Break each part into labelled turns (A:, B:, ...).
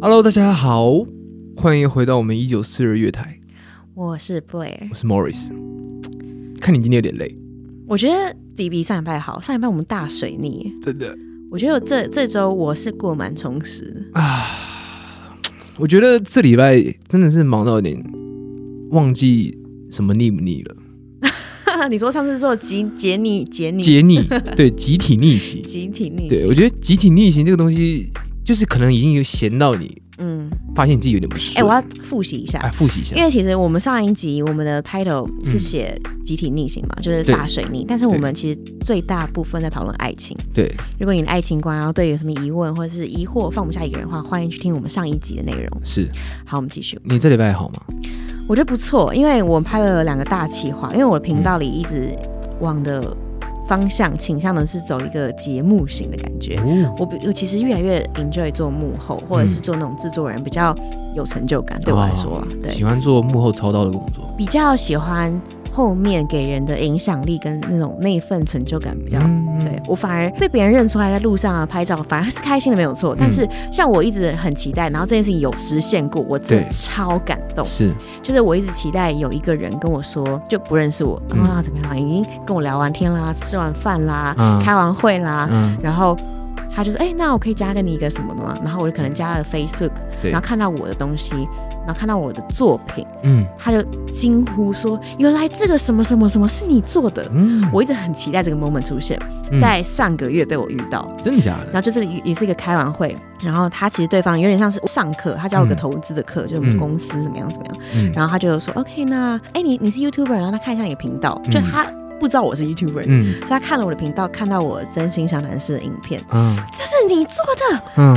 A: Hello，大家好，欢迎回到我们一九四二月台，
B: 我是 Blair，
A: 我是 Morris。看你今天有点累，
B: 我觉得你比上一拜好，上一拜我们大水逆，
A: 真的
B: 我觉得这这周我是过蛮充实，
A: 啊。我觉得这礼拜真的是忙到有点忘记什么腻不腻了，
B: 你说上次做集解你解你
A: 解 腻，对，集体逆袭。
B: 集体逆
A: 对，
B: 袭，
A: 我觉得集体逆行这个东西，就是可能已经有闲到你
B: 嗯，
A: 发现你自己有点不顺。
B: 哎、我要复习一下。
A: 哎复习一下
B: 因，为其实我们上一集我们的 title 是写集体逆行嘛，
A: 嗯
B: 就是大水逆，但是我们其实最大部分在讨论爱情。
A: 对，
B: 如果你的爱情观然后对有什么疑问或者是疑惑放不下一个人的话，欢迎去听我们上一集的内容。
A: 是
B: 好，我们继续。
A: 你这礼拜好吗？
B: 我觉得不错，因为我拍了两个大企划，因为我的频道里一直往的方向倾向的是走一个节目型的感觉。
A: 哦，
B: 我比我其实越来越 enjoy 做幕后，或者是做那种制作人，比较有成就感。对我来说啊，
A: 哦喜
B: 对，
A: 欢做幕后操刀的工作，
B: 比较喜欢后面给人的影响力跟那种那一份成就感比较。
A: 嗯
B: 对我反而被别人认出来，在路上啊拍照，反而是开心的没有错。但是
A: 嗯
B: 像我一直很期待，然后这件事情有实现过，我真的
A: 对
B: 超感动。
A: 是
B: 就是我一直期待有一个人跟我说，就不认识我，
A: 嗯
B: 啊怎么样，已经跟我聊完天啦，吃完饭啦，
A: 嗯
B: 开完会啦，
A: 嗯，
B: 然后他就说，哎、那我可以加给你一个什么的吗？然后我就可能加了 Facebook，
A: 嗯对
B: 然后看到我的东西，然后看到我的作品，
A: 嗯
B: 他就惊呼说，原来这个什么什么什么是你做的。
A: 嗯，
B: 我一直很期待这个 moment 出现，
A: 嗯
B: 在上个月被我遇到，
A: 真的假
B: 然
A: 的？
B: 后就是也是一个开完会，然后他其实对方有点像是上课，他教我一个
A: 嗯
B: 投资的课，就是我们
A: 嗯
B: 公司怎么样怎么样，
A: 嗯
B: 然后他就说 OK，那哎、诶你你是 YouTuber，然后他看一下你的频道，
A: 嗯
B: 就他不知道我是 YouTuber，、
A: 嗯
B: 所以他看了我的频道，看到我真心想男士的影片，
A: 嗯
B: 这是你做的，
A: 嗯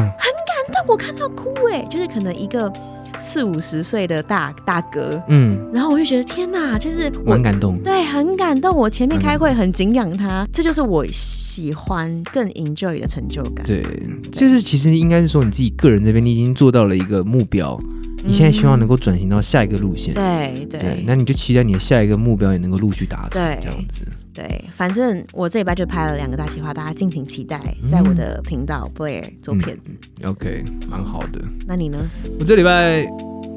B: 但我看到哭哎、就是可能一个四五十岁的大大哥，
A: 嗯，
B: 然后我就觉得天哪，就是我
A: 蛮感动。
B: 对很感动，我前面开
A: 嗯
B: 会很敬仰他，这就是我喜欢更 enjoy 的成就感。
A: 对，就是其实应该是说你自己个人这边，你已经做到了一个目标，你现在希望能够转型到下一个路线。
B: 嗯对对
A: 那你就期待你的下一个目标也能够陆续达成，
B: 对
A: 这样子。
B: 对，反正我这礼拜就拍了两个大企划，大家敬请期待，在我的频道 Blair 做片
A: 嗯
B: 子。
A: OK，蛮好的。
B: 那你呢？
A: 我这礼拜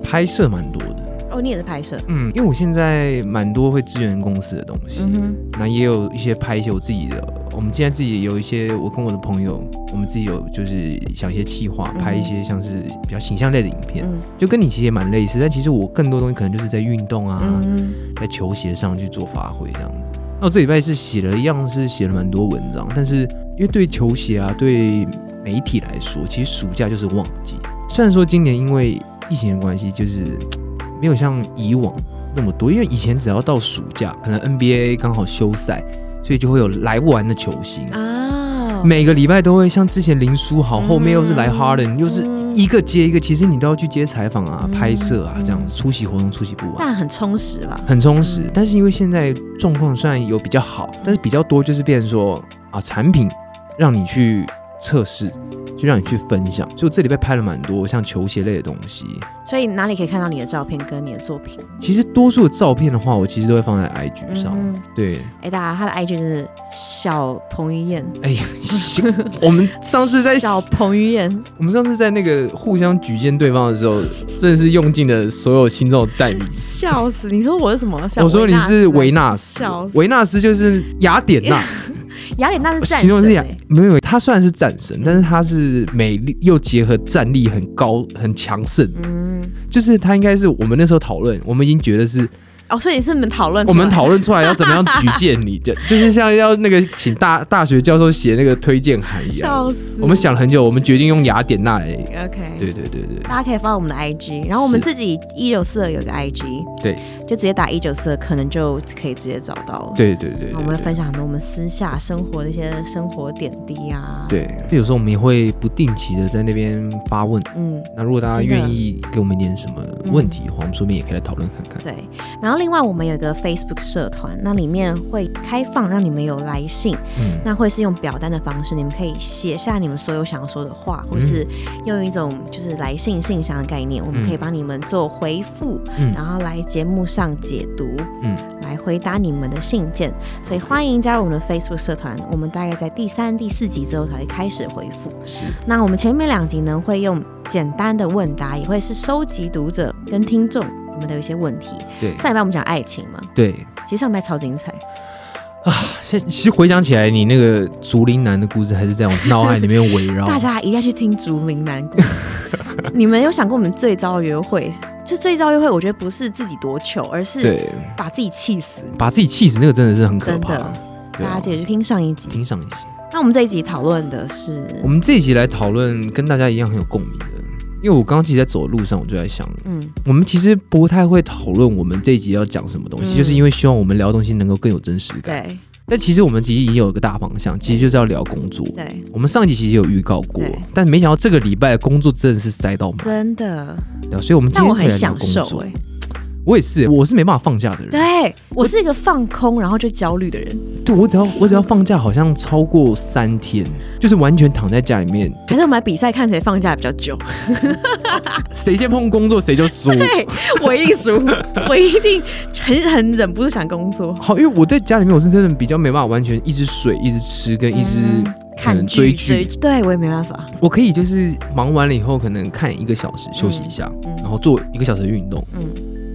A: 拍摄蛮多的，
B: 哦，你也是拍摄？
A: 嗯，因为我现在蛮多会支援公司的东西，
B: 嗯哼，
A: 那也有一些拍一些我自己的，我们现在自己有一些，我跟我的朋友，我们自己有就是想一些企划，
B: 嗯
A: 拍一些像是比较形象类的影片，
B: 嗯
A: 就跟你其实也蛮类似，但其实我更多东西可能就是在运动啊，
B: 嗯
A: 在球鞋上去做发挥这样子。那我这礼拜是写了一样是写了蛮多文章，但是因为对球鞋啊，对媒体来说，其实暑假就是旺季。虽然说今年因为疫情的关系，就是嘖没有像以往那么多，因为以前只要到暑假，可能 NBA 刚好休赛，所以就会有来不完的球星。
B: 啊，
A: 每个礼拜都会像之前林书豪，
B: 嗯
A: 后面又是来 Harden，又是
B: 嗯
A: 一个接一个，其实你都要去接采访啊、
B: 嗯
A: 拍摄啊，这样
B: 嗯
A: 出席活动出席不完。
B: 但很充实吧？
A: 很充实
B: 嗯，
A: 但是因为现在状况虽然有比较好，但是比较多就是变成说啊，产品让你去测试，就让你去分享。所以我这礼拜拍了蛮多像球鞋类的东西。
B: 所以哪里可以看到你的照片跟你的作品？
A: 其实多数的照片的话，我其实都会放在 IG 上。
B: 嗯哼，
A: 对，
B: 哎，大家他的 IG 就是小彭于晏，
A: 哎呀，我们上次在
B: 小彭于晏，
A: 我们上次在那个互相举荐对方的时候，真的是用尽了所有心中的代名词。
B: 笑死！你说我是 什么？小
A: 我说你是维
B: 维纳
A: 纳斯
B: 笑，死
A: 维纳斯就是雅典 娜。
B: 斯，雅典娜是战
A: 形容
B: 神
A: 是雅
B: 欸，
A: 没有，没有她虽然是战神，但是她是美丽又结合战力很高、很强盛，
B: 嗯，
A: 就是她应该是我们那时候讨论，我们已经觉得是
B: 哦，所以你是你们讨论出
A: 我
B: 来的，
A: 们讨论出来要怎么样举荐你，就就是像要那个请大大学教授写那个推荐函一样。
B: 笑死，
A: 我们想了很久，我们决定用雅典娜来。
B: OK，
A: 对对对对
B: 大家可以 follow 我们的 IG，然后我们
A: 是
B: 自己一九四二有个 IG，
A: 对
B: 就直接打一九四二，可能就可以直接找到了。
A: 对对对
B: 然后我们
A: 对
B: 会分享很多我们私下生活的一些生活点滴啊。，
A: 对。对，有时候我们也会不定期的在那边发问。
B: 嗯，
A: 那如果大家
B: 真的嗯
A: 愿意给我们一点什么问题的话，我们说不定也可以来讨论看看。
B: 对。然后另外我们有一个 Facebook 社团，那里面会开放让你们有来信，
A: 嗯，
B: 那会是用表单的方式，你们可以写下你们所有想要说的话，或
A: 嗯
B: 是用一种就是来信信箱的概念，我们可以帮你们做回复，
A: 嗯
B: 然后来节目上解读，
A: 嗯，
B: 来回答你们的信件。所以欢迎加入我们的 Facebook 社团，我们大概在第三、第四集之后才会开始回复。
A: 是。
B: 那我们前面两集呢，会用简单的问答，也会是收集读者跟听众我们的一些问题。
A: 对
B: 上礼拜我们讲爱情嘛，
A: 对，
B: 其实上礼拜超精彩，
A: 现其实回想起来，你那个竹林男的故事还是在我脑海里面围绕。
B: 大家一定要去听竹林男故事。 你们有想过我们最糟的约会？就最糟的约会，我觉得不是自己多糗，而是
A: 对，
B: 把自己气死。
A: 把自己气死那个真的是很可怕
B: 真的。
A: 对
B: 大
A: 啊
B: 家记得去听上一集。
A: 听上一集，
B: 那我们这一集讨论的是，
A: 我们这一集来讨论跟大家一样很有共鸣的，因为我刚刚其实在走的路上我就在想，
B: 嗯，
A: 我们其实不太会讨论我们这一集要讲什么东西，
B: 嗯
A: 就是因为希望我们聊的东西能够更有真实感。
B: 对
A: 但其实我们其实已经有一个大方向，其实就是要聊工作。
B: 对，
A: 我们上一集其实有预告过
B: 对，
A: 但没想到这个礼拜的工作真的是塞到满，
B: 真的，
A: 对啊所以我们今
B: 但
A: 天
B: 我
A: 可以
B: 很
A: 来聊
B: 享
A: 工
B: 受
A: 作。
B: 哎、
A: 我也是，我是没办法放假的人。
B: 对我是一个放空然后就焦虑的人，
A: 对我只要我只要放假，好像超过三天，就是完全躺在家里面，
B: 还是我们来比赛看谁放假比较 久？
A: 谁先碰工作谁就输。
B: 对我一定 输，我一定很很忍不住想工作，
A: 好，因为我对家里面我是真的比较没办法完全一直水一直吃跟一直、
B: 嗯看
A: 能追
B: 剧
A: 剧
B: 对我也没办法，
A: 我可以就是忙完了以后可能看一个小时休息一下，
B: 嗯
A: 然后做一个小时的运动。
B: 嗯，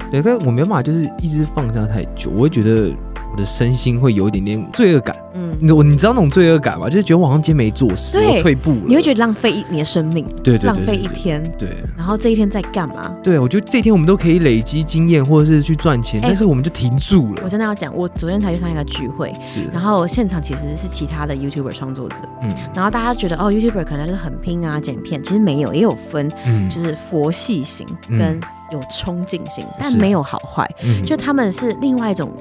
A: 对，但我没办法就是一直放下太久，我会觉得我的身心会有一点点罪恶感。
B: 嗯，
A: 你我你知道那种罪恶感吗？就是觉得我好像今天没做事，
B: 对
A: 我退步了，
B: 你会觉得浪费一你的生命，
A: 得对对对
B: 浪费一
A: 对
B: 天，
A: 对。对
B: 然后这一天在干嘛？
A: 对，我觉得这一天我们都可以累积经验，或者是去赚钱，
B: 哎
A: 但是我们就停住了
B: 我。真的要讲，我昨天才去参加一个聚会，
A: 是，
B: 然后现场其实是其他的 YouTuber 创作者，
A: 嗯
B: 然后大家觉得哦，YouTuber 可能就是很拼啊，剪片，其实没有，也有分，
A: 嗯
B: 就是佛系型跟有冲劲型，但
A: 是
B: 没有好坏，
A: 嗯，
B: 就他们是另外一种。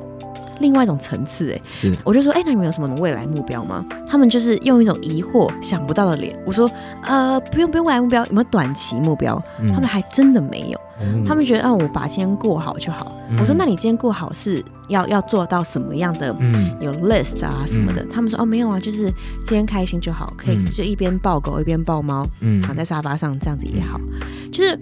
B: 另外一种层次，哎，
A: 是
B: 我就说，哎、那你们有什么未来目标吗？他们就是用一种疑惑、想不到的脸。我说，呃，不用不用未来目标，有没有短期目标？
A: 嗯
B: 他们还真的没有，
A: 嗯
B: 他们觉得，啊，我把今天过好就好。
A: 嗯
B: 我说，那你今天过好是要要做到什么样的
A: 嗯
B: 有 list 啊什么的，他们说哦没有啊，就是今天开心就好，可以
A: 嗯
B: 就一边抱狗一边抱猫，
A: 嗯
B: 躺在沙发上这样子也好，就是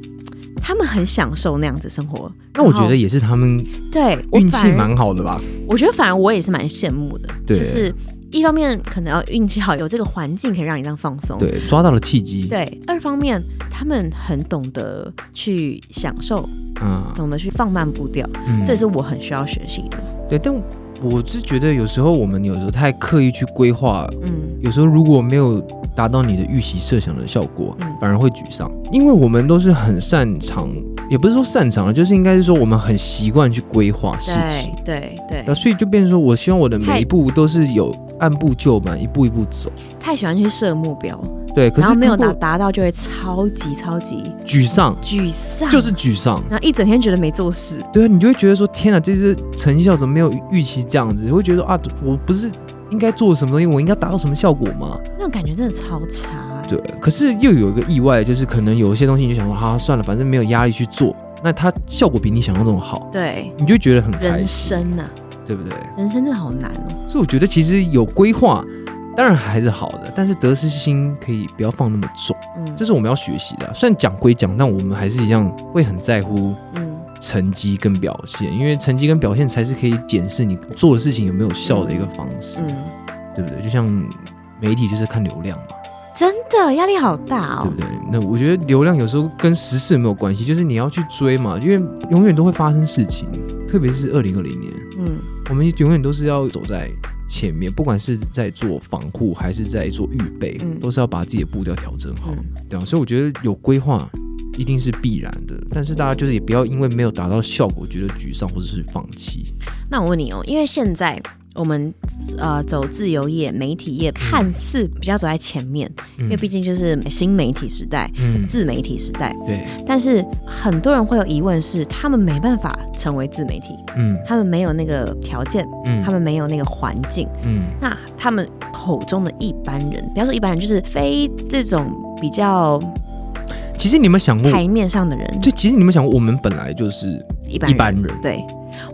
B: 他们很享受那样子生活。
A: 那我觉
B: 然
A: 得
B: 后
A: 也是他们
B: 对我
A: 运气
B: 反而，
A: 蛮好的吧？
B: 我觉得反而我也是蛮羡慕的，
A: 对
B: 就是一方面可能要运气好，有这个环境可以让你这样放松。
A: 对，抓到了契机。，
B: 对，二方面他们很懂得去享受，
A: 嗯，
B: 懂得去放慢步调，
A: 嗯
B: 这也是我很需要学习的。
A: 对，但我是觉得有时候我们有时候太刻意去规划，
B: 嗯，
A: 有时候如果没有达到你的预期设想的效果，
B: 嗯
A: 反而会沮丧，因为我们都是很擅长，也不是说擅长，就是应该是说我们很习惯去规划事情。
B: 对对对
A: 那，所以就变成说，我希望我的每
B: 太
A: 一步都是有按部就班，一步一步走。
B: 太喜欢去设目标。
A: 对，可
B: 然
A: 是
B: 后没有
A: 如
B: 达
A: 果
B: 达到就会超级超级
A: 沮丧，
B: 沮丧，
A: 就是沮丧。
B: 然后一整天觉得没做事，
A: 对啊，你就会觉得说，天哪，这次成效怎么没有预期这样子？会觉得啊，我不是应该做什么东西，我应该达到什么效果吗？
B: 那种感觉真的超差。
A: 对，可是又有一个意外，就是可能有一些东西你就想说，哈、啊，算了，反正没有压力去做，那它效果比你想象中好，
B: 对，
A: 你就会觉得很开
B: 人
A: 心，
B: 生呐、啊，
A: 对不对？
B: 人生真的好难哦。
A: 所以我觉得其实有规划，当然还是好的，但是得失心可以不要放那么重。
B: 嗯，
A: 这是我们要学习的啊、虽然讲归讲，但我们还是一样会很在乎
B: 嗯，
A: 成绩跟表现，因为成绩跟表现才是可以检视你做的事情有没有效的一个方式，
B: 嗯，
A: 对不对？就像媒体就是看流量嘛，
B: 真的压力好大
A: 对
B: 哦
A: 不。对？那我觉得流量有时候跟时事没有关系，就是你要去追嘛，因为永远都会发生事情，特别是二零二零年，
B: 嗯，
A: 我们永远都是要走在。前面不管是在做防护还是在做预备，
B: 嗯
A: 都是要把自己的步调调整好。
B: 嗯
A: 对啊，所以我觉得有规划一定是必然的，但是大家就是也不要因为没有达到效果觉得沮丧或者是放弃。
B: 那我问你哦，因为现在。我们呃走自由业、媒体业，看似比较走在前面，因为毕竟就是新媒体时代、
A: 嗯，
B: 自媒体时代。
A: 对，
B: 但是很多人会有疑问是，他们没办法成为自媒体，
A: 嗯
B: 他们没有那个条件，
A: 嗯，
B: 他们没有那个环境，
A: 嗯
B: 那他们口中的一般人，不要说一般人，就是非这种比较
A: 其实你有没有想过？
B: 台面上的人，
A: 对，其实你有没有想过，我们本来就是
B: 一般
A: 一
B: 人。
A: 般人，
B: 对，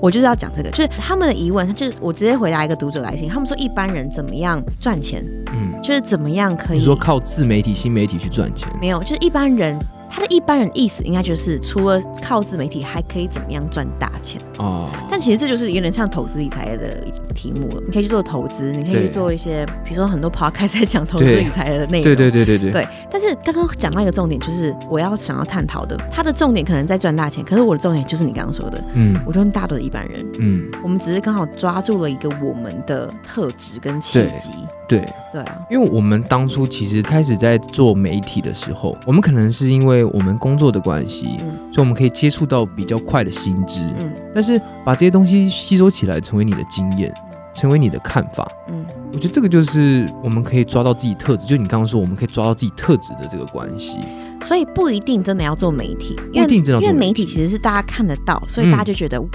B: 我就是要讲这个，就是他们的疑问，就是我直接回答一个读者来信，他们说一般人怎么样赚钱，
A: 嗯，
B: 就是怎么样可以
A: 你说靠自媒体、新媒体去赚钱，
B: 没有，就是一般人他的一般人意思应该就是，除了靠自媒体，还可以怎么样赚大钱？
A: 哦，
B: 但其实这就是有点像投资理财的题目了。你可以去做投资，你可以
A: 对
B: 去做一些，比如说很多 podcast 在讲投资理财的内容。
A: 对对对对对，
B: 对但是刚刚讲到一个重点，就是我要想要探讨的，它的重点可能在赚大钱，可是我的重点就是你刚刚说的，
A: 嗯
B: 我觉得大多的一般人，
A: 嗯，
B: 我们只是刚好抓住了一个我们的特质跟契机。
A: 对。
B: 对啊，
A: 因为我们当初其实开始在做媒体的时候，我们可能是因为我们工作的关系，
B: 嗯
A: 所以我们可以接触到比较快的新知，
B: 嗯
A: 但是把这些东西吸收起来，成为你的经验，成为你的看法。
B: 嗯
A: 我觉得这个就是我们可以抓到自己特质，就你刚刚说，我们可以抓到自己特质的这个关系。
B: 所以不一定真的要做媒体，
A: 不
B: 因
A: 一
B: 为
A: 定知道
B: 因
A: 做
B: 为媒体其实是大家看得到，所以大家就觉得、哇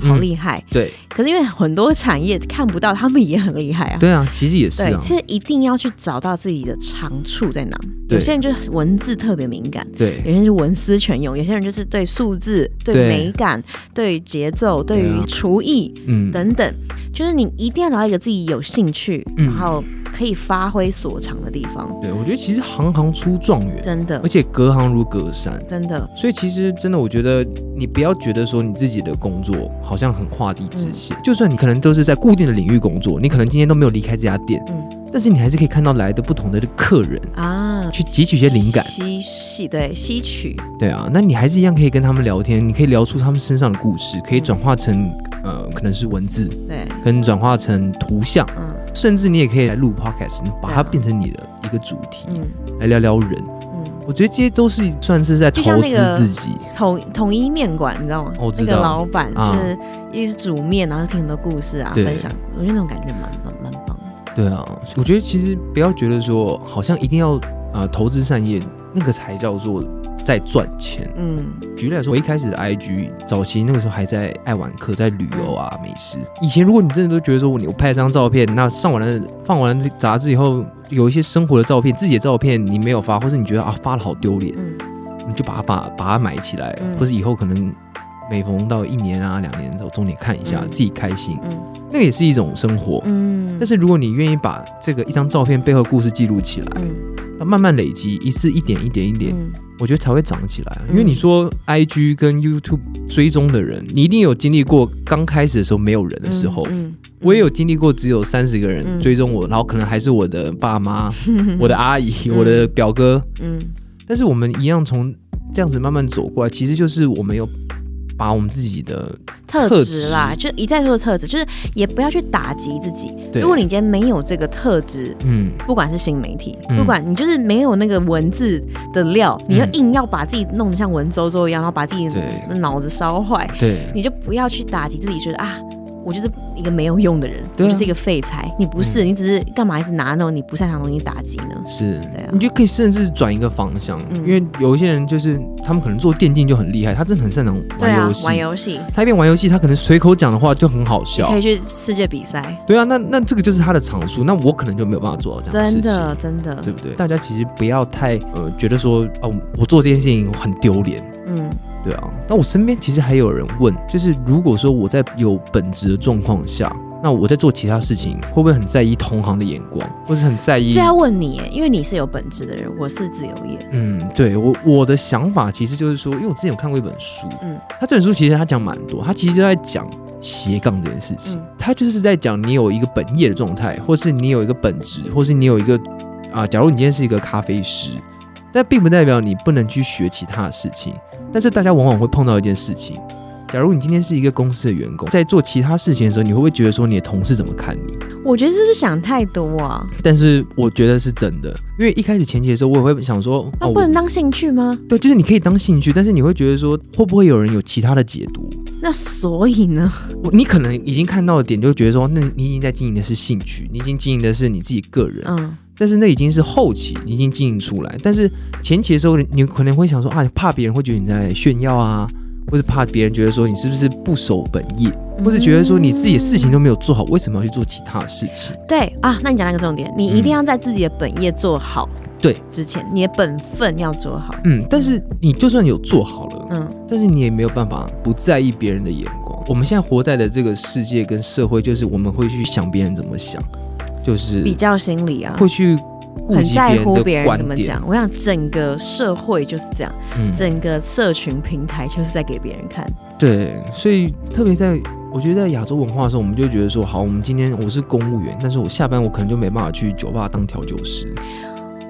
B: 嗯好厉害。
A: 对
B: 可是因为很多产业看不到，他们也很厉害啊。
A: 对啊，其实也是
B: 对，
A: 啊，
B: 其实一定要去找到自己的长处在哪。
A: 对
B: 有些人就是文字特别敏感，
A: 对
B: 有些人是文思泉涌，有些人就是对数字、对
A: 对
B: 美感、对于节奏、对
A: 对
B: 于
A: 啊
B: 厨艺
A: 嗯，
B: 等等，就是你一定要找到一个自己有兴趣，
A: 嗯
B: 然后可以发挥所长的地方。
A: 对，我觉得其实行行出状元，
B: 真的
A: 而，且隔行如隔山。
B: 真的，
A: 所以其实真的，我觉得你不要觉得说你自己的工作好像很画地
B: 嗯
A: 自限，就算你可能都是在固定的领域工作，你可能今天都没有离开这家店，
B: 嗯
A: 但是你还是可以看到来的不同的客人，
B: 啊，
A: 去汲取一些灵感。
B: 吸吸对吸取，
A: 对啊，那你还是一样可以跟他们聊天，你可以聊出他们身上的故事，可以转化成呃，可能是文字，
B: 对，
A: 跟转化成图像，
B: 嗯
A: 甚至你也可以来录 podcast，你把它
B: 对啊
A: 变成你的一个主题，
B: 嗯
A: 来聊聊人。
B: 嗯，
A: 我觉得这些都是算是在
B: 就
A: 投
B: 像那
A: 资
B: 个
A: 自己。
B: 统统一面馆，你知道吗？
A: 哦我知
B: 那个
A: 道
B: 老板
A: 啊
B: 就是一直煮面，然后听很多故事啊，
A: 对
B: 分享，我觉得那种感觉蛮蛮蛮棒的。
A: 对啊，我觉得其实不要觉得说好像一定要呃投资善业，那个才叫做在赚钱。
B: 嗯
A: 举例来说，我一开始的 IG 早期那个时候还在爱玩客，在旅游啊、美食。以前如果你真的都觉得说我你我拍了张照片，那上完了放完了杂志以后，有一些生活的照片、自己的照片你没有发，或是你觉得啊发了好丢脸，
B: 嗯
A: 你就把它把把它埋起来，
B: 嗯
A: 或是以后可能每逢到一年啊、两年之后重点看一下，
B: 嗯
A: 自己开心，
B: 嗯
A: 那也是一种生活。
B: 嗯，
A: 但是如果你愿意把这个一张照片背后的故事记录起来，
B: 嗯
A: 那慢慢累积，一次一点一点一点，
B: 嗯
A: 我觉得才会长起来。啊
B: 嗯
A: 因为你说 I G 跟 YouTube 追踪的人，你一定有经历过刚开始的时候没有人的时候，
B: 嗯，嗯
A: 我也 有经历过只有三十个人
B: 嗯
A: 追踪我，然后可能还是我的爸妈、我的阿姨、我的表哥，
B: 嗯
A: 但是我们一样从这样子慢慢走过来，其实就是我们有把我们自己的
B: 特
A: 特
B: 质
A: 质
B: 啦，就一再说的特质，就是也不要去打击自己。
A: 对
B: 如果你今天没有这个特质。
A: 嗯
B: 不管是新媒体，
A: 嗯
B: 不管你就是没有那个文字的料，你就
A: 嗯
B: 硬要把自己弄得像文绉绉一样，然后把自己
A: 对
B: 脑子烧坏，
A: 对
B: 你就不要去打击自己，觉得啊，我就是一个没有用的人，
A: 对啊嗯
B: 我就是一个废材。你不是，你只是干嘛一直拿那种你不擅长的东西打击呢？
A: 是，
B: 对啊
A: 你就可以甚至转一个方向，
B: 嗯
A: 因为有一些人就是他们可能做电竞就很厉害，他真的很擅长
B: 对
A: 玩
B: 啊
A: 游，戏。
B: 玩游戏，
A: 他一边玩游戏，他可能随口讲的话就很好
B: 你
A: 笑
B: 可。以去世界比赛，
A: 对啊，那那这个就是他的长处，那我可能就没有办法做到这样事
B: 真
A: 情，
B: 的真的
A: 对，不对？大家其实不要太呃觉得说哦，我做这件事情很丢脸，
B: 嗯
A: 对啊。那我身边其实还有人问，就是如果说我在有本职的状况下，那我在做其他事情，会不会很在意同行的眼光，或是很在意
B: 这要问你耶，因为你是有本质的人，我是自由业，
A: 嗯，对我我的想法其实就是说，因为我之前有看过一本书，
B: 嗯
A: 嗯，他这本书其实他讲蛮多，他其实就在讲斜杠这件事情，
B: 嗯
A: 他就是在讲你有一个本业的状态，或是你有一个本职，或是你有一个啊、假如你今天是一个咖啡师，但并不代表你不能去学其他的事情。但是大家往往会碰到一件事情，假如你今天是一个公司的员工，在做其他事情的时候，你会不会觉得说你的同事怎么看你？
B: 我觉得是不是想太多啊？
A: 但是我觉得是真的，因为一开始前期的时候，我也会想说，
B: 那、
A: 哦
B: 不能当兴趣吗？
A: 对，就是你可以当兴趣，但是你会觉得说，会不会有人有其他的解读？
B: 那所以呢？
A: 我你可能已经看到的点，就会觉得说，那你已经在经营的是兴趣，你已经经营的是你自己个人，
B: 嗯，
A: 但是那已经是后期，你已经经营出来。但是前期的时候，你可能会想说，啊，怕别人会觉得你在炫耀啊，或是怕别人觉得说你是不是不守本业，或是觉得说你自己的事情都没有做好，为什么要去做其他的事情？
B: 对啊，那你讲那个重点，你一定要在自己的本业做好，
A: 对，
B: 之前你的本分要做好，
A: 嗯，但是你就算有做好了，
B: 嗯
A: 但是你也没有办法不在意别人的眼光。我们现在活在的这个世界跟社会，就是我们会去想别人怎么想，就
B: 比
A: 是
B: 较心理啊，
A: 会去顾
B: 很
A: 及
B: 在乎
A: 的
B: 别人怎
A: 观
B: 么
A: 点，
B: 讲。我想整个社会就是这样，
A: 嗯，
B: 整个社群平台就是在给别人看。
A: 对，所以特别在我觉得在亚洲文化的时候，我们就会觉得说，好，我们今天我是公务员，但是我下班我可能就没办法去酒吧当调酒师，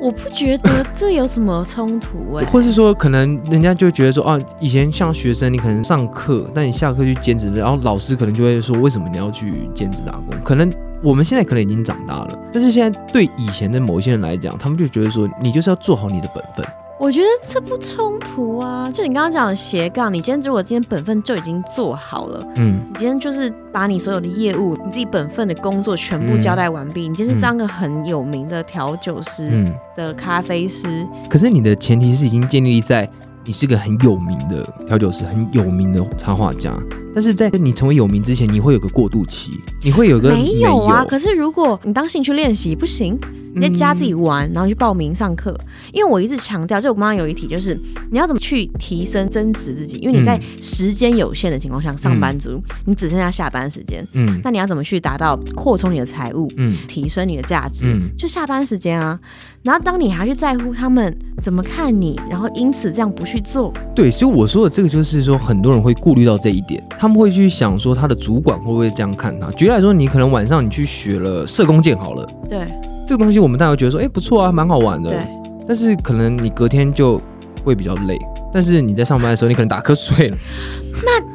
B: 我不觉得这有什么冲突哎、
A: 或是说可能人家就会觉得说，啊，以前像学生，你可能上课，但你下课去兼职，然后老师可能就会说，为什么你要去兼职打工？可能。我们现在可能已经长大了，但是现在对以前的某一些人来讲，他们就觉得说，你就是要做好你的本分。
B: 我觉得这不冲突啊。就你刚刚讲的斜杠，你今天如果今天本分就已经做好了，
A: 嗯，
B: 你今天就是把你所有的业务、你自己本分的工作全部
A: 嗯
B: 交代完毕，你今
A: 嗯
B: 天是当个很有名的调酒师、
A: 嗯，
B: 的咖啡师，
A: 可是你的前提是已经建立在你是个很有名的调酒师，很有名的插画家。但是在你成为有名之前，你会有个过渡期，你会有个
B: 没
A: 有
B: 有啊。可是如果你当兴趣练习不行，你在家自己玩，然后去报名上课。因为我一直强调，就我刚刚有一题，就是你要怎么去提升增值自己，因为你在时间有限的情况下，上班族你只剩下下班时间，
A: 嗯
B: 那你要怎么去达到扩充你的财务，
A: 嗯
B: 提升你的价值？
A: 嗯
B: 就下班时间啊，然后当你还去在乎他们怎么看你，然后因此这样不去做，
A: 对，所以我说的这个就是说，很多人会顾虑到这一点，他们会去想说他的主管会不会这样看他。举例来说，你可能晚上你去学了射弓箭好了，
B: 对
A: 这个东西我们大家会觉得说，哎、不错啊，蛮好玩的
B: 对。。
A: 但是可能你隔天就会比较累，但是你在上班的时候，你可能打瞌睡了。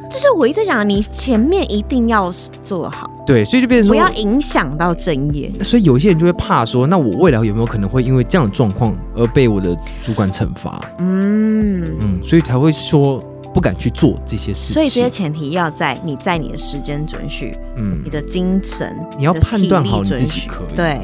B: 这是我一直在讲的，你前面一定要做好，
A: 对，所以就变成
B: 不
A: 说
B: 要影响到正业。
A: 所以有一些人就会怕说，那我未来有没有可能会因为这样的状况而被我的主管惩罚？
B: 嗯，
A: 嗯，所以才会说不敢去做这些事情。
B: 所以这些前提要在你在你的时间准许、
A: 嗯
B: 你，的精神、
A: 你要
B: 的体
A: 判断好
B: 力
A: 你
B: 准
A: 自己
B: 许
A: 可以。，
B: 对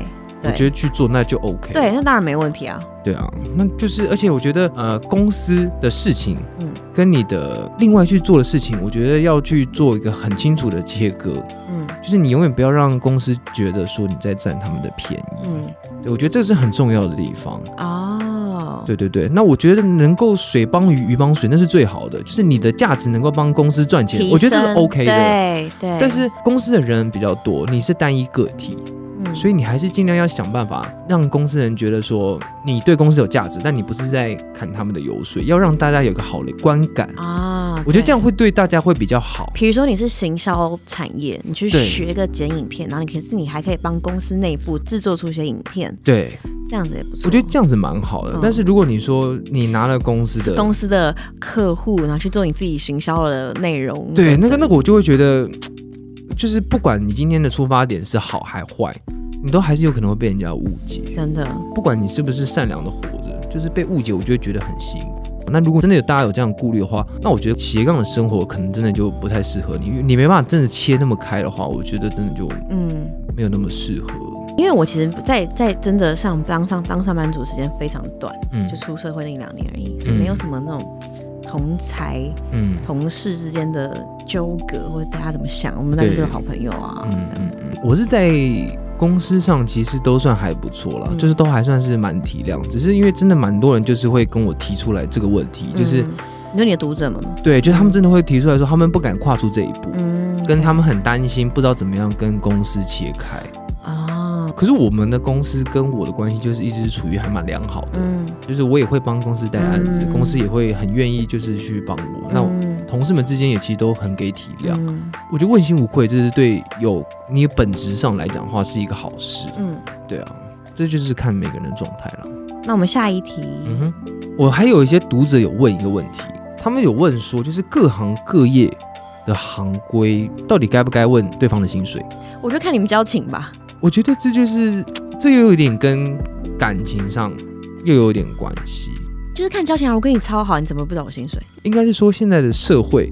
A: 我觉得去做那就 OK。
B: 对，那当然没问题啊。
A: 对啊，那就是，而且我觉得呃，公司的事情，嗯
B: 嗯，
A: 跟你的另外去做的事情，我觉得要去做一个很清楚的切割，
B: 嗯
A: 就是你永远不要让公司觉得说你在占他们的便宜。
B: 嗯，
A: 对，我觉得这是很重要的地方。
B: 哦，
A: 对对对，那我觉得能够水帮鱼，鱼帮水，那是最好的，就是你的价值能够帮公司赚钱，
B: 提
A: 我觉得这是
B: 升
A: OK 的。
B: 对对，
A: 但是公司的人比较多，你是单一个体，
B: 嗯
A: 所以你还是尽量要想办法让公司人觉得说你对公司有价值，但你不是在砍他们的油水，要让大家有个好的观感。
B: 啊，
A: 我觉得这
B: 样。
A: 样会对大家会比较好。
B: 比如说你是行销产业，你去
A: 对
B: 学个剪影片，然后你可是你还可以帮公司内部制作出一些影片，
A: 对，
B: 这样子也不错。
A: 我觉得这样子蛮好的。
B: 嗯
A: 但是如果你说你拿了公司的，
B: 公司的客户，然后去做你自己行销的内容。
A: 对，那个那
B: 个
A: 个我就会觉得，就是不管你今天的出发点是好还坏，你都还是有可能会被人家误解。
B: 真的，
A: 不管你是不是善良的活着，就是被误解，我就会觉得很辛苦。那如果真的有大家有这样的顾虑的话，那我觉得斜杠的生活可能真的就不太适合你，因为你没办法真的切那么开的话，我觉得真的就
B: 嗯，
A: 没有那么适合。
B: 因为我其实在，在真的上当上当上班族时间非常短，
A: 嗯
B: 就出社会那一两年而已，所
A: 嗯
B: 以没有什么那种同才
A: 嗯
B: 同事之间的纠葛，或者大家怎么想，我们大家就是好朋友啊，
A: 嗯
B: 这样
A: 嗯嗯，我是在公司上其实都算还不错啦，
B: 嗯
A: 就是都还算是蛮体谅，只是因为真的蛮多人就是会跟我提出来这个问题，就是、
B: 嗯你说你的读者们吗？
A: 对，就是他们真的会提出来说，他们不敢跨出这一步，
B: 嗯，
A: 跟他们很担心，不知道怎么样跟公司切开。
B: 哦，
A: 可是我们的公司跟我的关系就是一直处于还蛮良好的，
B: 嗯，
A: 就是我也会帮公司带案子，
B: 嗯
A: 公司也会很愿意就是去帮我。那我
B: 嗯
A: 同事们之间也其实都很给体谅，
B: 嗯
A: 我觉得问心无愧，这是对有你本质上来讲的话是一个好事。
B: 嗯，
A: 对啊，这就是看每个人的状态了。
B: 那我们下一题，
A: 嗯哼，我还有一些读者有问一个问题，他们有问说，就是各行各业的行规到底该不该问对方的薪水？
B: 我就看你们交情吧。
A: 我觉得这就是这又有点跟感情上又有点关系，
B: 就是看交情啊！我跟你超好，你怎么不找我薪水？
A: 应该是说现在的社会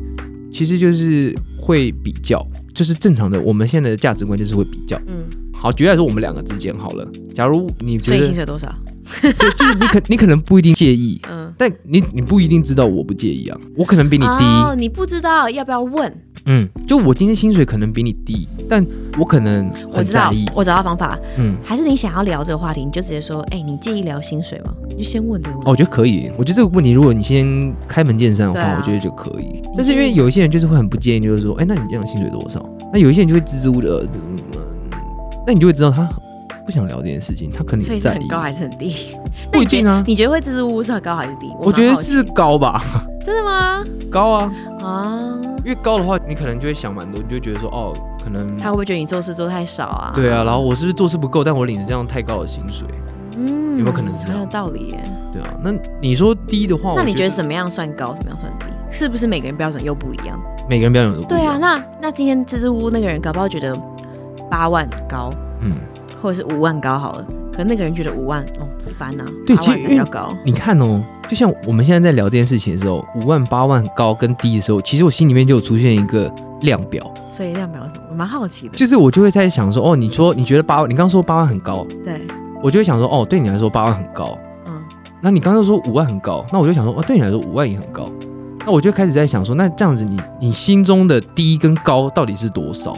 A: 其实就是会比较，就是正常的，我们现在的价值观就是会比较。
B: 嗯，
A: 好，举例来说，我们两个之间好了，假如你
B: 所
A: 觉
B: 以
A: 得
B: 薪水多少？
A: 对就是你可你可能不一定介意，
B: 嗯，
A: 但你你不一定知道我不介意啊，我可能比你低，
B: 哦，你不知道要不要问？
A: 嗯，就我今天薪水可能比你低，但我可能
B: 我
A: 很
B: 知道
A: 在意，，
B: 我找到方法了。
A: 嗯。
B: 还是你想要聊这个话题，你就直接说，哎、你介意聊薪水吗？你就先问这个问
A: 哦，
B: 题。
A: 我觉得可以。我觉得这个问题，如果你先开门见山的话，
B: 对啊
A: 我觉得就可以。但是因为有一些人就是会很不介意，就是说，哎，那你这样薪水多少？那有一些人就会支支吾吾的，嗯，那你就会知道他不想聊这件事情，他可能
B: 所以
A: 也
B: 是
A: 在
B: 很
A: 意，
B: 高啊还是很低？
A: 不一定啊
B: 那你觉得你觉得会支支吾吾是很高还是低？
A: 我
B: 蛮
A: 觉得
B: 好奇
A: 是高吧，
B: 真的吗？
A: 高啊，
B: 啊，
A: 越高的话，你可能就会想蛮多，你就会觉得说哦，可能
B: 他会不会觉得你做事做太少啊？
A: 对啊，然后我是不是做事不够，但我领了这样太高的薪水，
B: 嗯，
A: 有没有可能是这样
B: 很有道理耶？
A: 对啊，那你说低的话，
B: 那你觉
A: 觉
B: 得什么样算高，什么样算低？是不是每个人标准又不一样？
A: 每个人标准都不一
B: 对啊，
A: 样？
B: 那那今天支支吾吾那个人搞不好觉得八万高，
A: 嗯，
B: 或者是五万高好了，可那个人觉得五万哦一般啊，
A: 对
B: 八
A: 其
B: 万
A: 实
B: 才叫高。
A: 你看哦，就像我们现在在聊这件事情的时候，五万八万高跟低的时候，其实我心里面就有出现一个量表，
B: 所以量表是什么？我蛮好奇的。
A: 就是我就会在想说，哦，你说你觉得八万，你刚刚说八万很高，
B: 对，
A: 我就会想说，哦，对你来说八万很高，
B: 嗯，
A: 那你刚刚说五万很高，那我就想说，哦，对你来说五万也很高，那我就开始在想说，那这样子你你心中的低跟高到底是多少？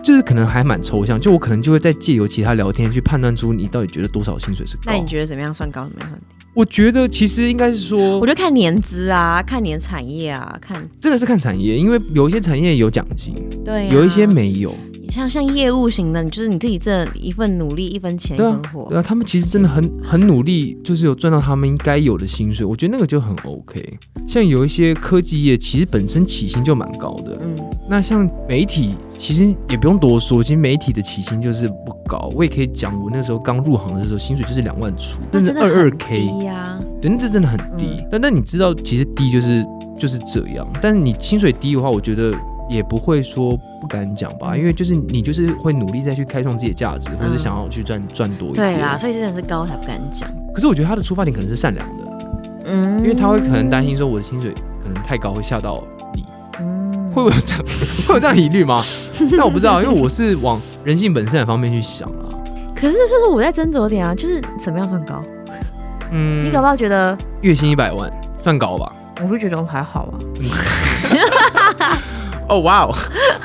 A: 就是可能还蛮抽象，就我可能就会在借由其他聊天去判断出你到底觉得多少薪水是高
B: 那。你觉得怎么样算高，怎么样算低？
A: 我觉得其实应该是说
B: 我，觉得看年资啊，看你的产业啊，看
A: 真的是看产业，因为有一些产业有奖金，
B: 对、啊，
A: 有一些没有。
B: 像像业务型的，你就是你自己这一份努力，一分钱一
A: 对啊
B: 分货。
A: 对啊，他们其实真的很很努力，就是有赚到他们应该有的薪水，我觉得那个就很 OK。像有一些科技业，其实本身起薪就蛮高的，
B: 嗯，
A: 那像媒体，其实也不用多说，其实媒体的起薪就是不高。我也可以讲，我那时候刚入行的时候，薪水就是两万出，
B: 那
A: 甚至
B: 真的
A: 二二
B: 很
A: K，
B: 低啊呀，
A: 对，那这真的很低。
B: 嗯
A: 但但你知道，其实低就是就是这样。但是你薪水低的话，我觉得也不会说不敢讲吧，因为就是你就是会努力再去开创自己的价值，或是
B: 嗯
A: 想要去赚赚多一点。
B: 对啦，所以真的是高才不敢讲。
A: 可是我觉得他的出发点可能是善良的，
B: 嗯，
A: 因为他会可能担心说我的薪水可能太高会吓到你。
B: 嗯，
A: 会有这样 会有这样疑虑吗？但我不知道，因为我是往人性本善的方面去想啊。
B: 可是就是我在斟酌点啊，就是怎么样算高？
A: 嗯
B: 你搞不好觉得，
A: 月薪一百万算高吧？
B: 我不觉得我还好啊。
A: 哦哇 哦，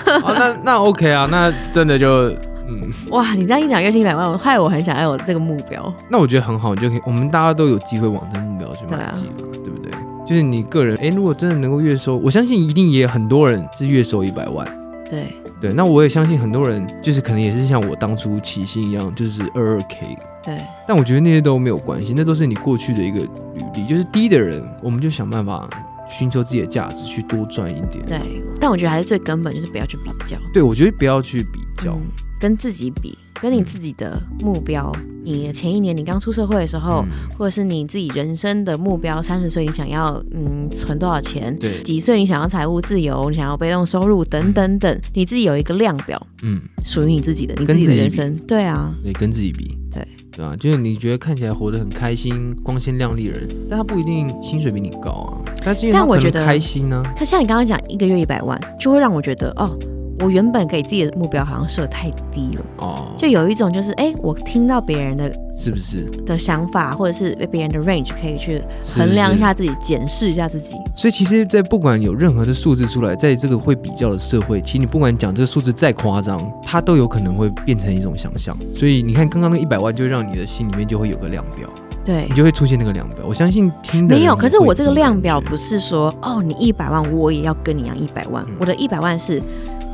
A: 啊那那 OK 啊，那真的就嗯，
B: 哇，你这样一讲月薪一百万，我害我很想要有这个目标。
A: 那我觉得很好，你就可以，我们大家都有机会往这个目标去
B: 啊
A: 迈进嘛，对不对？就是你个人，哎，如果真的能够月收，我相信一定也很多人是月收一百万。
B: 对，
A: 对，那我也相信很多人就是可能也是像我当初起薪一样，就是二二 K
B: 对，
A: 但我觉得那些都没有关系，那都是你过去的一个履历。就是低的人，我们就想办法寻求自己的价值，去多赚一点。
B: 对，但我觉得还是最根本就是不要去比较，
A: 对，我觉得不要去比较。
B: 嗯跟自己比，跟你自己的目标。你前一年你刚出社会的时候，
A: 嗯
B: 或者是你自己人生的目标，三十岁你想要嗯存多少钱？
A: 对，
B: 几岁你想要财务自由，你想要被动收入等等等，你自己有一个量表，
A: 嗯，
B: 属于你自己的，你自
A: 跟
B: 己的
A: 自己
B: 人
A: 比
B: 生。对啊，
A: 对，跟自己比。
B: 对，
A: 对啊，就是你觉得看起来活得很开心、光鲜亮丽的人，但他不一定薪水比你高啊，但是因为他
B: 但我
A: 可能
B: 觉得
A: 开心呢、啊。
B: 可像你刚刚讲一个月一百万，就会让我觉得哦，我原本给自己的目标好像设太低了，
A: 哦，
B: 就有一种就是哎，诶我听到别人的
A: 是不是？
B: 的想法，或者是别人的 range，可以去
A: 是
B: 衡量一。
A: 是
B: 下自己，检视一下自己。
A: 所以其实，在不管有任何的数字出来，在这个会比较的社会，其实你不管讲这个数字再夸张，它都有可能会变成一种想象。所以你看，刚刚那一百万就让你的心里面就会有个量表，
B: 对
A: 你，就会出现那个量表。我相信听的人
B: 没有。可是
A: 也会
B: 我这个
A: 种
B: 量表
A: 感觉
B: 不是说哦，你一百万我也要跟你一样一百
A: 嗯
B: 万，我的一百万是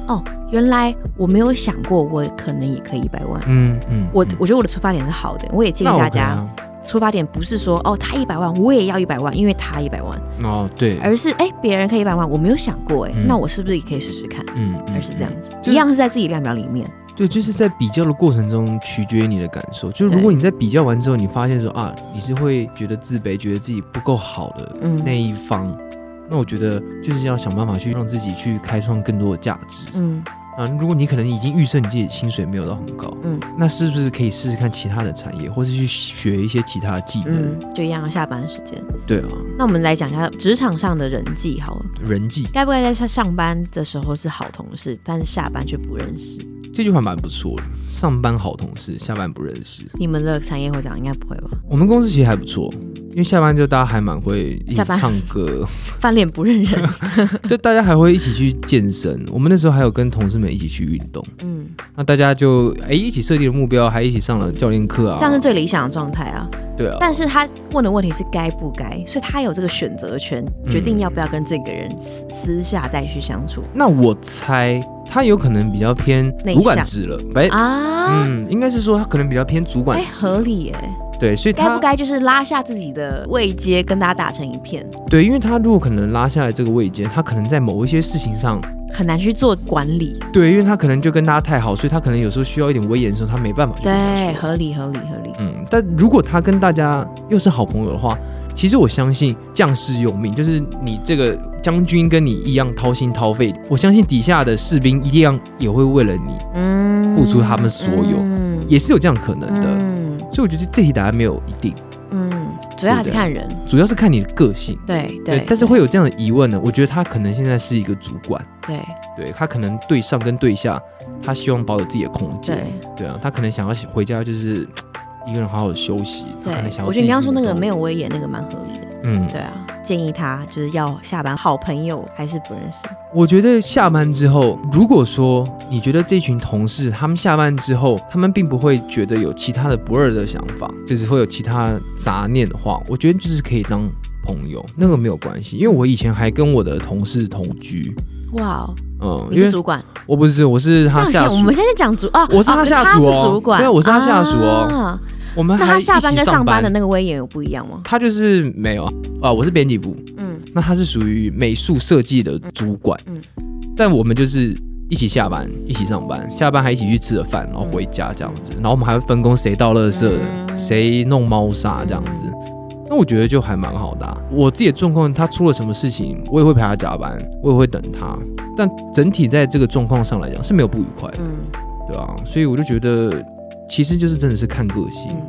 B: 哦，原来我没有想过我可能也可以一百万。
A: 嗯嗯，
B: 我
A: 嗯
B: 我觉得我的出发点是好的，我也建议
A: 那
B: 大
A: OK
B: 家
A: 啊
B: 出发点不是说哦他一百万我也要一百万，因为他一百万，
A: 哦对，
B: 而是哎别人可以一百万，我没有想过哎，
A: 嗯
B: 那我是不是也可以试试看？
A: 嗯，嗯
B: 而是这样子，
A: 就是
B: 一样是在自己量表里面，
A: 对，就是在比较的过程中取决于你的感受。就是如
B: 对
A: 果你在比较完之后，你发现说啊，你是会觉得自卑，觉得自己不够好的
B: 嗯
A: 那一方，那我觉得就是要想办法去让自己去开创更多的价值。
B: 嗯，
A: 啊，如果你可能已经预设你自己的薪水没有到很高，
B: 嗯，
A: 那是不是可以试试看其他的产业，或是去学一些其他的技能？
B: 嗯，就一样下班时间。
A: 对啊，
B: 那我们来讲一下职场上的人际好了，
A: 人际
B: 该不该在上上班的时候是好同事，但是下班却不认识？
A: 这句话蛮不错的，上班好同事，下班不认识。
B: 你们的产业会长应该不会吧？
A: 我们公司其实还不错，因为下班就大家还蛮会一起
B: 下班
A: 唱歌，
B: 翻脸不 认人。
A: 就大家还会一起去健身。我们那时候还有跟同事们一起去运动，
B: 嗯，
A: 那大家就哎、一起设定了目标，还一起上了教练课啊。
B: 这样是最理想的状态啊。
A: 对啊，
B: 但是他问的问题是该不该，所以他有这个选择权，
A: 嗯
B: 决定要不要跟这个人私私下再去相处
A: 那我猜他有可能比较偏
B: 内
A: 主管
B: 向
A: 职了，哎、
B: 啊。
A: 嗯，应该是说他可能比较偏主管
B: 哎，
A: 职，
B: 合理耶，
A: 对，所以他
B: 该不该就是拉下自己的位阶，跟大家打成一片，
A: 对，因为他如果可能拉下来这个位阶，他可能在某一些事情上，
B: 很难去做管理。
A: 对，因为他可能就跟大家太好，所以他可能有时候需要一点威严的时候，他没办法去跟他
B: 对，
A: 说
B: 合理，合理，合理。
A: 嗯，但如果他跟大家又是好朋友的话，其实我相信将士有命，就是你这个将军跟你一样掏心掏肺，我相信底下的士兵一样也会为了你，
B: 嗯
A: 付出他们所有
B: 嗯
A: 也是有这样可能的。
B: 嗯
A: 所以我觉得这题答案没有一定，
B: 嗯，主要还是看人，
A: 主要是看你的个性。
B: 对对。
A: 但是会有这样的疑问呢。我觉得他可能现在是一个主管，
B: 对
A: 对他可能对上跟对下，他希望保有自己的空间。
B: 对
A: 对啊，他可能想要回家就是嘖一个人好好休息。他
B: 对
A: 可能想，要
B: 我觉得你刚刚说那个没
A: 有，
B: 有威严，那个蛮合理的。
A: 嗯，
B: 对啊，建议他就是要下班，好朋友还是不认识。
A: 我觉得下班之后，如果说你觉得这群同事他们下班之后，他们并不会觉得有其他的不二的想法，就是会有其他杂念的话，我觉得就是可以当朋友，那个没有关系。因为我以前还跟我的同事同居，
B: 哇哦，
A: 嗯，
B: 你
A: 因
B: 是
A: 为
B: 主管，
A: 我不是，我是他
B: 那
A: 下
B: 我
A: 属
B: 们，现在讲主哦，
A: 我是他下属哦
B: 哦他是主管，
A: 对我是他下属哦
B: 啊
A: 我们
B: 那
A: 还
B: 他
A: 一起
B: 下班跟上班
A: 班
B: 的。那个威严有不一样吗？
A: 他就是没有啊，我是编辑部，
B: 嗯，
A: 那他是属于美术设计的主管，
B: 嗯
A: 但我们就是一起下班，一起上班，下班还一起去吃了饭，然后回家这样子，然后我们还会分工谁倒垃圾，
B: 嗯
A: 谁弄猫砂这样子。那我觉得就还蛮好的啊、我自己的状况，他出了什么事情，我也会陪他加班，我也会等他。但整体在这个状况上来讲是没有不愉快的，
B: 嗯
A: 对吧、所以我就觉得，其实就是真的是看个性。
B: 嗯。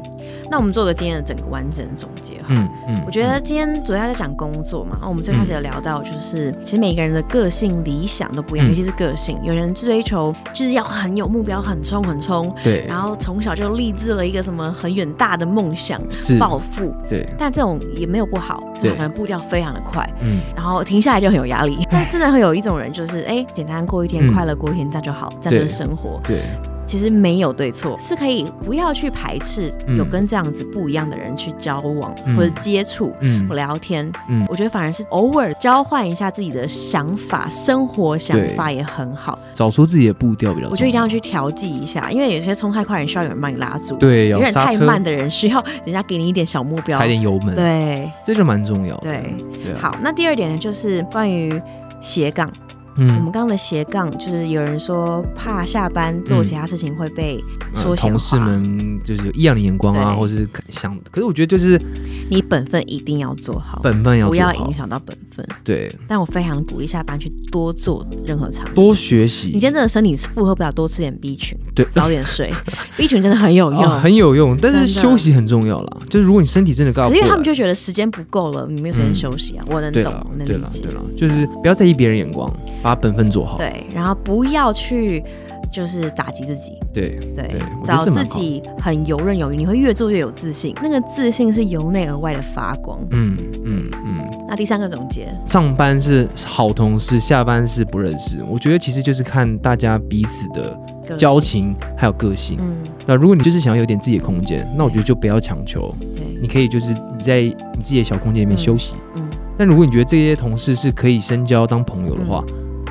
B: 那我们做个今天的整个完整总结哈。
A: 嗯嗯，
B: 我觉得今天主要在讲工作嘛，啊我们最开始有聊到，就是、其实每个人的个性理想都不一样，
A: 嗯
B: 尤其是个性，有人追求就是要很有目标，很冲很冲，
A: 嗯对
B: 然后从小就立志了一个什么很远大的梦想，
A: 是
B: 暴富，
A: 对，
B: 但这种也没有不好，就是
A: 对
B: 他可能步调非常的快，
A: 嗯
B: 然后停下来就很有压
A: 哎
B: 力。但真的会有一种人，就是哎，简单过一天，
A: 嗯
B: 快乐过一天，这样就好，这样就是生活。
A: 对，
B: 其实没有对错，是可以不要去排斥
A: 嗯
B: 有跟这样子不一样的人去交往
A: 嗯
B: 或者接触。
A: 嗯
B: 聊天，
A: 嗯
B: 我觉得反而是偶尔交换一下自己的想法，生活想法也很好。
A: 找出自己的步调比较重要。
B: 我觉得一定要去调剂一下，因为有些冲太快的人需要有人帮你拉住，
A: 对，
B: 有
A: 要
B: 点
A: 刹
B: 太
A: 车，
B: 慢的人需要人家给你一点小目标
A: 踩。点油门，，
B: 对
A: 这就蛮重要的。
B: 对，
A: 对啊，
B: 好，那第二点呢，就是关于斜杠。我们
A: 嗯，
B: 刚刚的斜杠，就是有人说怕下班做其他事情会被
A: 嗯
B: 说闲
A: 同事
B: 话，
A: 们就是有异样的眼光啊，
B: 对
A: 或是想，可是我觉得就是
B: 你本分一定要做好，
A: 本分要
B: 不
A: 做
B: 要
A: 好
B: 影，响到本分。
A: 对，
B: 但我非常鼓励下班去多做任何尝试。
A: 多学习。
B: 你今天真的身体负荷不了，多吃点 B 群，
A: 对
B: 早点 睡，B 群真的很有用。
A: 哦很有用，但是
B: 真的
A: 休息很重要啦。就是如果你身体真的
B: 可
A: 搞
B: 是
A: 不
B: 因为他
A: 过
B: 们
A: 来，
B: 就觉得时间不够了，你没有时间休息啊，我能
A: 对
B: 懂
A: 了，，
B: 我能
A: 对
B: 理
A: 了，
B: 解
A: 对。了，就是不要在意别人眼光，把本分做好。
B: 对，然后不要去就是打击自己，
A: 对
B: 对，
A: 对我觉
B: 找
A: 得这蛮好
B: 自己很游刃有余，你会越做越有自信，那个自信是由内而外的发光。
A: 嗯嗯嗯，
B: 那第三个总结，
A: 上班是好同事，下班是不认识。我觉得其实就是看大家彼此的
B: 个性
A: 交，情还有个性。
B: 嗯，
A: 那如果你就是想要有点自己的空间，那我觉得就不要强求，
B: 对，
A: 你可以就是你在你自己的小空间里面休息。
B: 嗯，
A: 但如果你觉得这些同事是可以深交当朋友的话，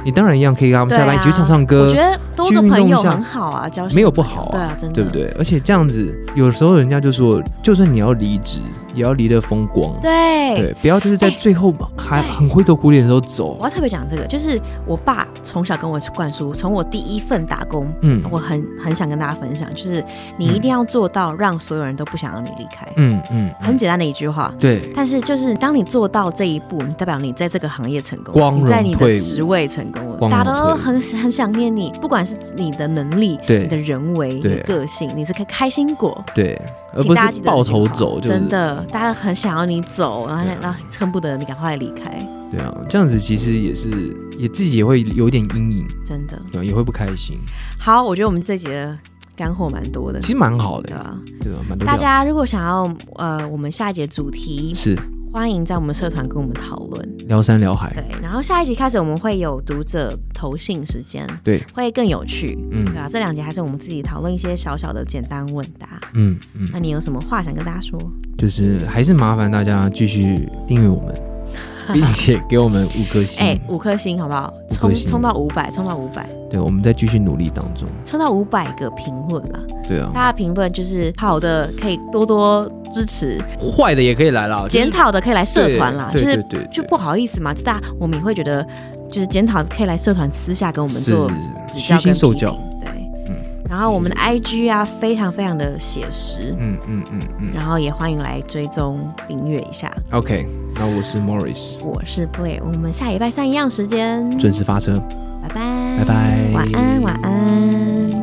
A: 你当然一样可以跟他们
B: 嗯对
A: 下班一起去
B: 啊
A: 唱唱
B: 我
A: 歌
B: 觉，得多
A: 去
B: 个
A: 运
B: 朋
A: 动一
B: 友
A: 下
B: 很好啊，交心
A: 没有不好
B: 对
A: 啊，
B: 啊，真的，
A: 对不？对？而且这样子，有时候人家就说，就算你要离职，也要离得风光。
B: 对，
A: 对，不要就是在
B: 哎
A: 最后还
B: 对
A: 很灰头土脸的时候走
B: 我。要特别讲这个，就是我爸从小跟我灌输，从我第一份打工，
A: 嗯
B: 我很很想跟大家分享，就是你一定要做到让所有人都不想让你离开，
A: 嗯嗯，
B: 很
A: 嗯
B: 简单的一句话。
A: 对
B: 但是，就是当你做到这一步，你代表你在这个行业成功，
A: 光荣
B: 你在你
A: 退
B: 的
A: 伍
B: 职位成功了，
A: 光荣
B: 大家都
A: 退伍
B: 很很想念你，不管是你的能力、
A: 对
B: 你的人为、你
A: 对
B: 的个性，你是开开心果，
A: 对，而
B: 请
A: 不
B: 大家记
A: 是
B: 得
A: 抱
B: 这句
A: 头
B: 话
A: 走，就是
B: 真的，大家很想要你走，然后
A: 对啊
B: 然后恨不得你赶快离开，
A: 对啊，这样子其实也是也自己也会有点阴影，
B: 真的。
A: 对啊，也会不开心。
B: 好，我觉得我们这节的干货蛮多的，
A: 其实蛮好的
B: 对，啊。
A: 对啊，蛮多料。
B: 大家如果想要呃，我们下一节主题，
A: 是
B: 欢迎在我们社团跟我们讨论。
A: 聊山聊海，
B: 对，然后下一集开始我们会有读者投信时间，
A: 对，
B: 会更有趣。
A: 嗯
B: 对啊，这两节还是我们自己讨论一些小小的简单问答。
A: 嗯嗯，
B: 那你有什么话想跟大家说？
A: 就是还是麻烦大家继续订阅我 们，并且给我们五颗星。
B: 哎、五颗星好不好？
A: 五
B: 冲
A: 颗星
B: 冲到五百，冲到五百，
A: 对，我们在继续努力当中。
B: 冲到五百个评论了。
A: 对啊，
B: 大家评论就是好的，可以多多支持；
A: 坏的也可以来啦，
B: 检讨的可以来社团啦。就
A: 对对
B: 是
A: 对对，
B: 就不好意思嘛，就大家我们也会觉得，就是检讨可以来社团私下跟我们做指教
A: 虚
B: 跟
A: 心受
B: 批评
A: 教。
B: 对，
A: 嗯
B: 然后我们的 IG 啊，非常非常的写实，
A: 嗯嗯嗯嗯
B: 然后也欢迎来追踪订阅一下。
A: ，OK，那我是 Morris，
B: 我是 Blair，我们下礼拜三一样时间，
A: 准时发车，
B: 拜拜，
A: 拜拜
B: 晚安，晚安。